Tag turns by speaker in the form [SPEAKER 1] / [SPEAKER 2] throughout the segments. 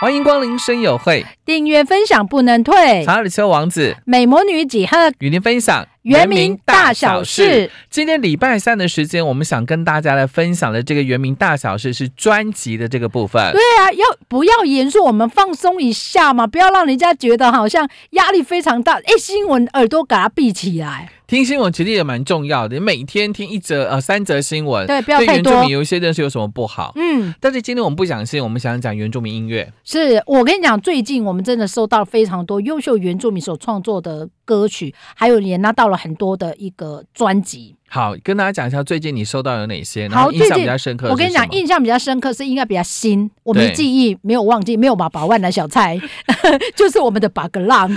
[SPEAKER 1] 欢迎光临声友会，
[SPEAKER 2] 订阅分享不能退。
[SPEAKER 1] 查理丘王子
[SPEAKER 2] 美魔女几何
[SPEAKER 1] 与您分享
[SPEAKER 2] 原名大小事。
[SPEAKER 1] 今天礼拜三的时间，我们想跟大家来分享的这个原名大小事是专辑的这个部分
[SPEAKER 2] 对。啊，要不要严肃？我们放松一下嘛，不要让人家觉得好像压力非常大。哎，新闻耳朵给它闭起来。
[SPEAKER 1] 听新闻其实也蛮重要的，每天听一则呃三则新闻，
[SPEAKER 2] 对不要太
[SPEAKER 1] 原住
[SPEAKER 2] 多
[SPEAKER 1] 民有一些认识有什么不好？
[SPEAKER 2] 嗯，
[SPEAKER 1] 但是今天我们不讲新闻，我们想讲原住民音乐。
[SPEAKER 2] 是我跟你讲，最近我们真的收到了非常多优秀原住民所创作的歌曲，还有也拿到了很多的一个专辑。
[SPEAKER 1] 好，跟大家讲一下最近你收到有哪些，然
[SPEAKER 2] 好
[SPEAKER 1] 后印象
[SPEAKER 2] 最
[SPEAKER 1] 比
[SPEAKER 2] 近
[SPEAKER 1] 较深刻的
[SPEAKER 2] 我跟你
[SPEAKER 1] 是什
[SPEAKER 2] 讲，
[SPEAKER 1] 么
[SPEAKER 2] 印象比较深刻是应该比较新，我
[SPEAKER 1] 对
[SPEAKER 2] 没记忆，没有忘记，没有把把万能小菜， 就是我们的八格 浪。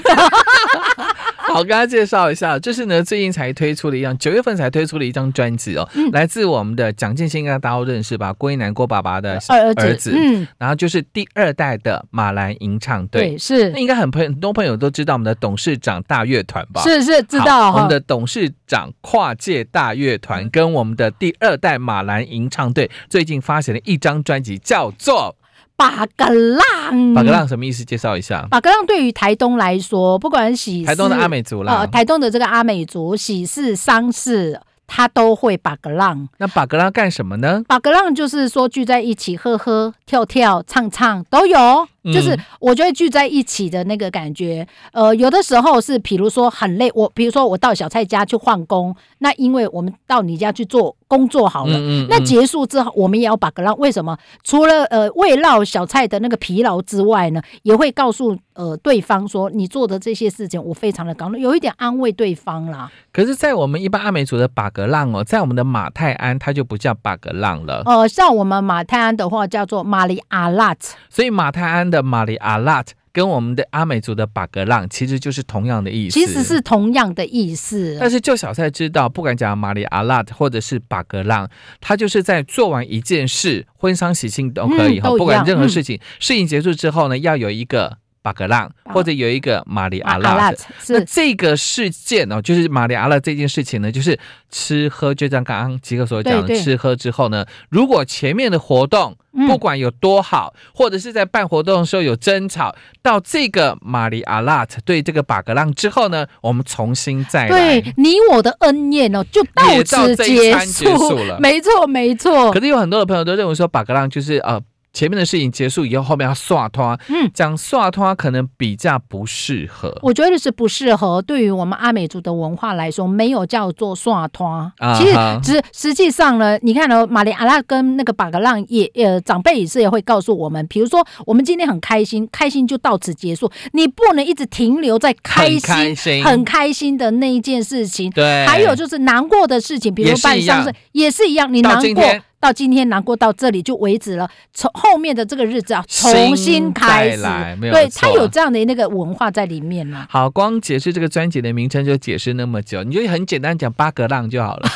[SPEAKER 1] 好，跟大家介绍一下，这是呢最近才推出的一张，九月份才推出的一张专辑哦，
[SPEAKER 2] 嗯
[SPEAKER 1] 来自我们的蒋劲新，应该啊大家都认识吧？郭一南郭爸爸的
[SPEAKER 2] 二儿
[SPEAKER 1] 子，
[SPEAKER 2] 子，嗯，
[SPEAKER 1] 然后就是第二代的马兰吟唱队。
[SPEAKER 2] 对，是
[SPEAKER 1] 那应该很朋很多朋友都知道我们的董事长大乐团吧？
[SPEAKER 2] 是是，知
[SPEAKER 1] 好
[SPEAKER 2] 道啊嗯
[SPEAKER 1] 我
[SPEAKER 2] 哈
[SPEAKER 1] 们。的董事长跨界大乐团跟我们的第二代马兰吟唱队最近发行了一张专辑，叫做
[SPEAKER 2] 八格浪，
[SPEAKER 1] 《把格浪》，什么意思？介绍一下。
[SPEAKER 2] 嗯八格浪对于台东来说，不管喜事
[SPEAKER 1] 台东的阿美族啦，
[SPEAKER 2] 呃，台东的这个阿美族喜事丧事，他都会八格浪。
[SPEAKER 1] 那把格浪干什么呢？
[SPEAKER 2] 把格浪就是说聚在一起喝喝、跳跳、唱唱都有，
[SPEAKER 1] 嗯
[SPEAKER 2] 就是我觉得聚在一起的那个感觉。呃，有的时候是比如说很累，我比如说我到小蔡家去换工，那因为我们到你家去做工作好了。
[SPEAKER 1] 嗯
[SPEAKER 2] 哦那结束之后，我们也要把格浪。为什么？除了呃慰劳小蔡的那个疲劳之外呢，也会告诉呃对方说，你做的这些事情，我非常的感动，有一点安慰对方啦。
[SPEAKER 1] 可是，在我们一般阿美族的把格浪哦，在我们的马泰安，它就不叫把格浪了。
[SPEAKER 2] 呃，像我们马泰安的话叫做马里阿拉特，
[SPEAKER 1] 所以，马泰安的马里阿拉特跟我们的阿美族的把格浪其实就是同样的意思。
[SPEAKER 2] 其实是同样的意思。
[SPEAKER 1] 但是就小蔡知道，不管讲马里阿拉特或者是把格浪，他就是在做完一件事，婚丧喜庆都可以
[SPEAKER 2] 嗯
[SPEAKER 1] 哈、
[SPEAKER 2] 都一样
[SPEAKER 1] 不管任何事情，事情结束之后呢，要有一个把格浪，
[SPEAKER 2] 啊
[SPEAKER 1] 或者有一个马里
[SPEAKER 2] 阿
[SPEAKER 1] 阿
[SPEAKER 2] 阿
[SPEAKER 1] 拉
[SPEAKER 2] 拉
[SPEAKER 1] 特。
[SPEAKER 2] 特
[SPEAKER 1] 那
[SPEAKER 2] 是
[SPEAKER 1] 这个事件哦，就是马里阿拉这件事情呢，就是吃喝，就像刚刚吉克所讲的，
[SPEAKER 2] 对对
[SPEAKER 1] 吃喝之后呢，如果前面的活动
[SPEAKER 2] 嗯
[SPEAKER 1] 不管有多好，或者是在办活动的时候有争吵，到这个马里阿拉对这个把格浪之后呢，我们重新再来。
[SPEAKER 2] 对你我的恩怨哦，就到
[SPEAKER 1] 也到
[SPEAKER 2] 此
[SPEAKER 1] 这一
[SPEAKER 2] 结
[SPEAKER 1] 餐结束了
[SPEAKER 2] 没错，没错
[SPEAKER 1] 可。是有很多的朋友都认为说，把格浪就是呃。前面的事情结束以后，后面要刷拖，
[SPEAKER 2] 嗯
[SPEAKER 1] 讲刷拖可能比较不适合。
[SPEAKER 2] 我觉得是不适合，对于我们阿美族的文化来说，没有叫做耍团。
[SPEAKER 1] 啊
[SPEAKER 2] 其实
[SPEAKER 1] 哈
[SPEAKER 2] 实实际上呢，你看哦，马里阿拉跟那个巴格浪也呃长辈也是也会告诉我们，比如说我们今天很开心，开心就到此结束，你不能一直停留在开
[SPEAKER 1] 很
[SPEAKER 2] 心
[SPEAKER 1] 开心
[SPEAKER 2] 很开心的那一件事情。
[SPEAKER 1] 对，
[SPEAKER 2] 还有就是难过的事情，比
[SPEAKER 1] 哎也
[SPEAKER 2] 如
[SPEAKER 1] 是
[SPEAKER 2] 办
[SPEAKER 1] 一
[SPEAKER 2] 丧
[SPEAKER 1] 样
[SPEAKER 2] 事也是一样，你
[SPEAKER 1] 到
[SPEAKER 2] 难
[SPEAKER 1] 今
[SPEAKER 2] 过
[SPEAKER 1] 天
[SPEAKER 2] 到今天难过到这里就为止了，从后面的这个日子啊重新开
[SPEAKER 1] 再
[SPEAKER 2] 始
[SPEAKER 1] 来，没有
[SPEAKER 2] 对，
[SPEAKER 1] 错
[SPEAKER 2] 它有这样的那个文化在里面 啦。
[SPEAKER 1] 好，光解释这个专辑的名称就解释那么久，你就很简单讲八格浪就好了。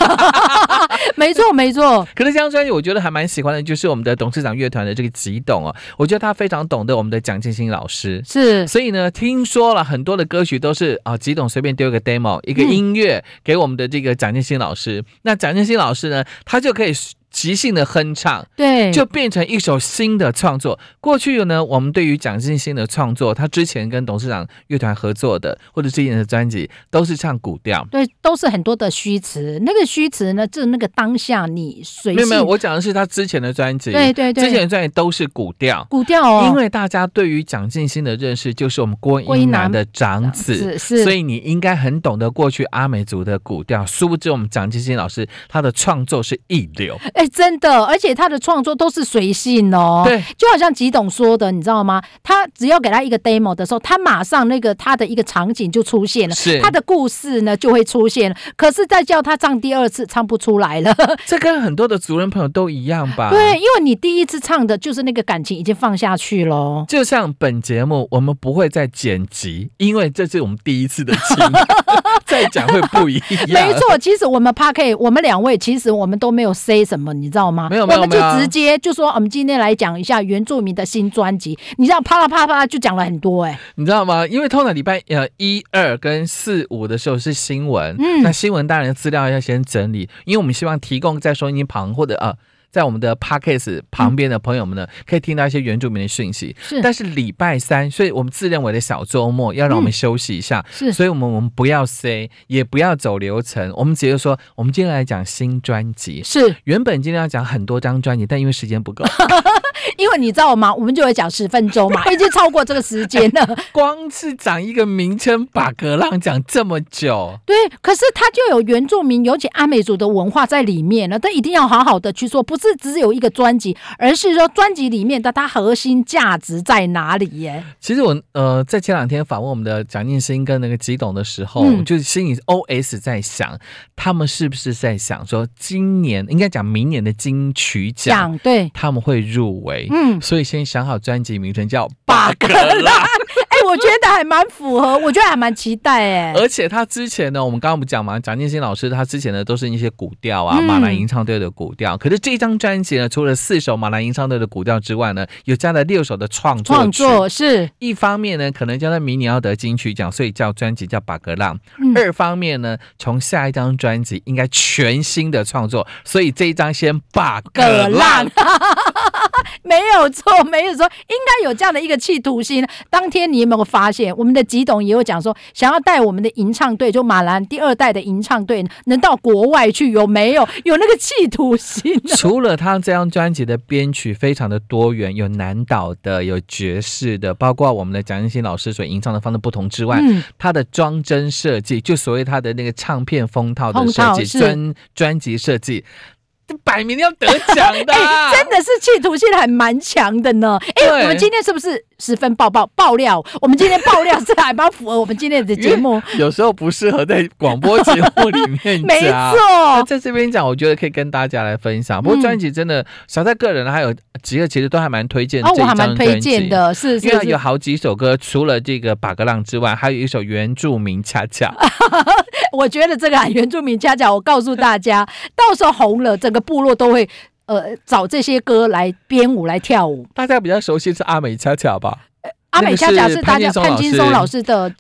[SPEAKER 2] 没错，没错，
[SPEAKER 1] 可是这张专辑我觉得还蛮喜欢的，就是我们的董事长乐团的这个吉董哦，我觉得他非常懂得我们的蒋劲新老师。
[SPEAKER 2] 是
[SPEAKER 1] 所以呢，听说了很多的歌曲都是啊，吉董随便丢一个 demo，一个
[SPEAKER 2] 嗯
[SPEAKER 1] 音乐给我们的这个蒋劲新老师。那蒋劲新老师呢，他就可以即兴的哼唱，
[SPEAKER 2] 对，
[SPEAKER 1] 就变成一首新的创作。过去呢，我们对于蒋劲新的创作，他之前跟董事长乐团合作的，或者之前的专辑，都是唱古调。
[SPEAKER 2] 对，都是很多的虚词。那个虚词呢，就是那个当下你随
[SPEAKER 1] 没有没有，
[SPEAKER 2] 性，
[SPEAKER 1] 我讲的是他之前的专辑，
[SPEAKER 2] 对对
[SPEAKER 1] 之前
[SPEAKER 2] 对，
[SPEAKER 1] 的专辑都是古调。
[SPEAKER 2] 古调哦，
[SPEAKER 1] 因为大家对于蒋劲新的认识就是我们郭
[SPEAKER 2] 郭
[SPEAKER 1] 英
[SPEAKER 2] 英
[SPEAKER 1] 男
[SPEAKER 2] 男
[SPEAKER 1] 的长子，
[SPEAKER 2] 是是，
[SPEAKER 1] 所以你应该很懂得过去阿美族的古调。殊不知我们蒋劲新老师他的创作是一流，
[SPEAKER 2] 哎，真的，而且他的创作都是随性哦。
[SPEAKER 1] 对，
[SPEAKER 2] 就好像吉董说的，你知道吗？他只要给他一个 demo 的时候，他马上那个他的一个场景就出现了，
[SPEAKER 1] 是
[SPEAKER 2] 他的故事呢就会出现了。可是再叫他唱第二次，唱不出来了。
[SPEAKER 1] 这跟很多的族人朋友都一样吧？
[SPEAKER 2] 对，因为你第一次唱的就是那个感情已经放下去喽。
[SPEAKER 1] 就像本节目，我们不会再剪辑，因为这是我们第一次的情， 再讲会不一样。
[SPEAKER 2] 没，错，其实我们 p a r k 我们两位其实我们都没有 say 什么，你知道吗？
[SPEAKER 1] 没有没有
[SPEAKER 2] 我们就
[SPEAKER 1] 没有啊
[SPEAKER 2] 直接就说，我们今天来讲一下原住民的新专辑。你知道，啪啦啪啦啪啦就讲了很多、哎，
[SPEAKER 1] 你知道吗？因为通常礼拜呃一二跟四五的时候是新闻，
[SPEAKER 2] 嗯
[SPEAKER 1] 那新闻当然资料要先整理，因为我们希望提供在收音机旁或者呃。在我们的 podcast 旁边的朋友们呢，可以听到一些原住民的讯息。
[SPEAKER 2] 嗯是
[SPEAKER 1] 但是礼拜三，所以我们自认为的小周末，要让我们休息一下。
[SPEAKER 2] 嗯是
[SPEAKER 1] 所以我们我们不要 say，也不要走流程，我们直接说，我们今天来讲新专辑。
[SPEAKER 2] 是，
[SPEAKER 1] 原本今天要讲很多张专辑，但因为时间不够，
[SPEAKER 2] 因为你知道吗？我们就会讲十分钟 嘛，已经超过这个时间了。
[SPEAKER 1] 光是讲一个名称，把格浪讲这么久。
[SPEAKER 2] 对，可是它就有原住民，尤其阿美族的文化在里面了。但一定要好好的去说，不是只有一个专辑，而是说专辑里面的它核心价值在哪里 耶？
[SPEAKER 1] 其实我呃，在前两天访问我们的蒋念新跟那个吉董的时候，
[SPEAKER 2] 嗯
[SPEAKER 1] 我就是心里 OS 在想，他们是不是在想说，今年应该讲明年的金曲奖，
[SPEAKER 2] 讲对，
[SPEAKER 1] 他们会入围，
[SPEAKER 2] 嗯，
[SPEAKER 1] 所以先想好专辑名称叫《
[SPEAKER 2] 巴
[SPEAKER 1] 巴格拉》。
[SPEAKER 2] 哎、我觉得还蛮符合，我觉得还蛮期待哎。
[SPEAKER 1] 而且他之前呢，我们刚刚不讲嘛，蒋劲新老师他之前呢都是一些古调啊，
[SPEAKER 2] 嗯
[SPEAKER 1] 马兰吟唱队的古调。可是这张专辑呢，除了四首马兰吟唱队的古调之外呢，有加了六首的创作
[SPEAKER 2] 创
[SPEAKER 1] 曲
[SPEAKER 2] 作是，
[SPEAKER 1] 一方面呢，可能叫他明年要得金曲奖，所以叫专辑叫《把格浪》
[SPEAKER 2] 嗯
[SPEAKER 1] 二方面呢，从下一张专辑应该全新的创作，所以这一张先《把
[SPEAKER 2] 葛
[SPEAKER 1] 格浪
[SPEAKER 2] 浪》。， 没有错，没有错，应该有这样的一个企图心。当天你有没有发现，我们的吉董也有讲说，想要带我们的吟唱队，就马兰第二代的吟唱队，能到国外去，有 没有有那个企图心啊呢？
[SPEAKER 1] 除了他这张专辑的编曲非常的多元，有南岛的，有爵士的，包括我们的蒋劲新老师所吟唱的方式不同之外，
[SPEAKER 2] 嗯，
[SPEAKER 1] 它的装帧设计，就所谓它的那个唱片封套的
[SPEAKER 2] 封
[SPEAKER 1] 设
[SPEAKER 2] 套
[SPEAKER 1] 计、
[SPEAKER 2] 是
[SPEAKER 1] 专专辑设计，这摆明要得奖的
[SPEAKER 2] 哎、
[SPEAKER 1] 啊、
[SPEAKER 2] 真的是企图心还蛮强的呢。哎、
[SPEAKER 1] 对
[SPEAKER 2] 我们今天是不是十分爆爆爆料？我们今天爆料是还蛮符合我们今天的节 目，
[SPEAKER 1] 有时候不适合在广播节目里面
[SPEAKER 2] 没
[SPEAKER 1] 讲。
[SPEAKER 2] 错，
[SPEAKER 1] 在这边讲，我觉得可以跟大家来分享。不过
[SPEAKER 2] 嗯
[SPEAKER 1] 专辑真的，小蔡个人还有吉尔，其实都还蛮推荐
[SPEAKER 2] 哦
[SPEAKER 1] 这，一
[SPEAKER 2] 我还
[SPEAKER 1] 张
[SPEAKER 2] 蛮
[SPEAKER 1] 专辑
[SPEAKER 2] 推荐。的，是是
[SPEAKER 1] 因为它
[SPEAKER 2] 是
[SPEAKER 1] 有好几首歌，除了这个《把格浪》之外，还有一首《原住民恰 恰》。
[SPEAKER 2] 啊我觉得这个啊原住民家教，我告诉 大家，到时候红了，整个部落都会呃找这些歌来编舞来跳舞。
[SPEAKER 1] 大家比较熟悉是阿美恰恰吧？
[SPEAKER 2] 阿美恰恰
[SPEAKER 1] 那个是
[SPEAKER 2] 是大家
[SPEAKER 1] 潘
[SPEAKER 2] 潘
[SPEAKER 1] 金
[SPEAKER 2] 金
[SPEAKER 1] 松
[SPEAKER 2] 松
[SPEAKER 1] 老
[SPEAKER 2] 老师的，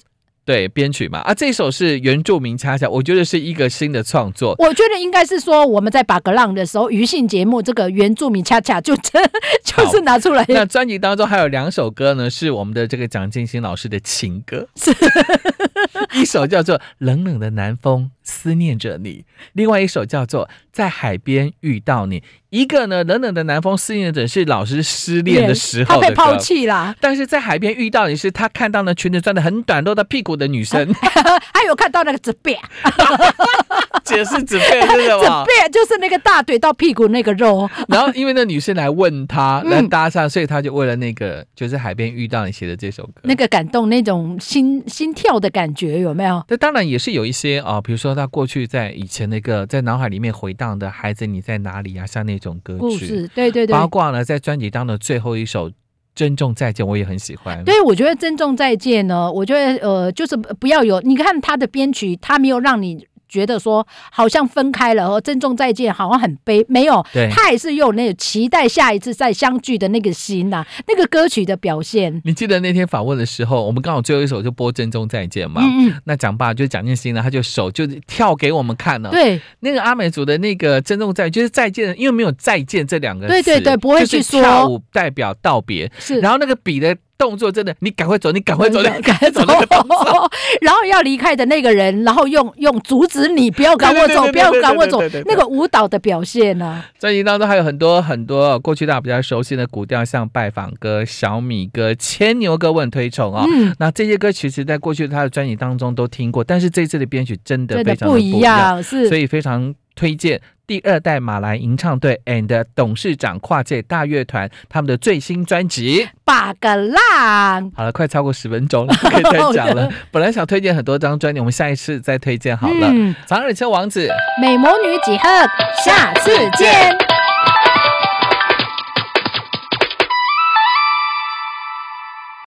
[SPEAKER 1] 对，编曲嘛。啊，这首是《原住民恰恰》，我觉得是一个新的创作。
[SPEAKER 2] 我觉得应该是说我们在把格浪的时候，余兴节目这个原住民恰恰就 这就是拿出来
[SPEAKER 1] 那专辑当中还有两首歌呢，是我们的这个蒋劲新老师的情歌， 一首叫做《冷冷的南风思念着你》，另外一首叫做《在海边遇到你》。一个呢，《冷冷的南风思念着》是老师失恋的时
[SPEAKER 2] 他
[SPEAKER 1] 候的
[SPEAKER 2] 被
[SPEAKER 1] 歌，
[SPEAKER 2] 抛弃啦，
[SPEAKER 1] 但是在海边遇到你是他看到呢裙子穿的很短露到屁股的女 生，
[SPEAKER 2] 还有看到那个 纸
[SPEAKER 1] 啊
[SPEAKER 2] 片，
[SPEAKER 1] 解释只配是什
[SPEAKER 2] 纸
[SPEAKER 1] 么？
[SPEAKER 2] 片就是那个大腿到屁股那个肉，
[SPEAKER 1] 然后因为那女生来问他
[SPEAKER 2] 嗯
[SPEAKER 1] 来搭讪，所以他就为了那个就是海边遇到你写的这首歌。
[SPEAKER 2] 那个感动，那种心心跳的感觉有没有？
[SPEAKER 1] 那当然也是有一些啊、比如说他过去在以前那个在脑海里面回荡的“孩子你在哪里啊”，像那种歌
[SPEAKER 2] 故
[SPEAKER 1] 曲，
[SPEAKER 2] 事，对对对，
[SPEAKER 1] 包括呢在专辑当中的最后一首《珍重再见》，我也很喜欢。
[SPEAKER 2] 对，我觉得珍重再见呢，我觉得呃，就是不要有，你看他的编曲，他没有让你觉得说好像分开了，哦，珍重再见好像很悲，没有，
[SPEAKER 1] 对
[SPEAKER 2] 他也是有那种期待下一次再相聚的那个心呐、那个歌曲的表现，
[SPEAKER 1] 你记得那天访问的时候，我们刚好最后一首就播《珍重再见》嘛。
[SPEAKER 2] 嗯嗯，
[SPEAKER 1] 那蒋爸就是蒋劲新呢，他就手就是跳给我们看了。
[SPEAKER 2] 对
[SPEAKER 1] 那个阿美族的那个珍重再就是再见，因为没有再见这两个字，
[SPEAKER 2] 对对对不会去
[SPEAKER 1] 就是
[SPEAKER 2] 说
[SPEAKER 1] 跳舞代表道别，
[SPEAKER 2] 是。嗯
[SPEAKER 1] 然后那个笔的动作真的，你赶快走，你赶快走，你赶快
[SPEAKER 2] 赶
[SPEAKER 1] 走
[SPEAKER 2] 走
[SPEAKER 1] 那个动作。，
[SPEAKER 2] 然后要离开的那个人，然后用用阻止你，不要赶我走，
[SPEAKER 1] 对对对对
[SPEAKER 2] 不要赶我走
[SPEAKER 1] 对对对对，对
[SPEAKER 2] 那个舞蹈的表现呢、
[SPEAKER 1] 专辑当中还有很多很多过去大家比较熟悉的古调，像《拜访歌》《小米歌》《牵牛歌》，我很推崇哦。
[SPEAKER 2] 嗯，
[SPEAKER 1] 那这些歌其实在过去他的专辑当中都听过，但是这次的编曲真的
[SPEAKER 2] 真
[SPEAKER 1] 非
[SPEAKER 2] 的
[SPEAKER 1] 常的不
[SPEAKER 2] 不一
[SPEAKER 1] 一样，
[SPEAKER 2] 样，是
[SPEAKER 1] 所以非常推荐第二代马来吟唱队 and 董事长跨界大乐团他们的最新专辑。
[SPEAKER 2] 八个浪。
[SPEAKER 1] 好了，快超过十分钟 了，不可以再讲了。本来想推荐很多张专辑，我们下一次再推荐好了。
[SPEAKER 2] 嗯
[SPEAKER 1] 长耳车王子。
[SPEAKER 2] 美魔女几何，下次见。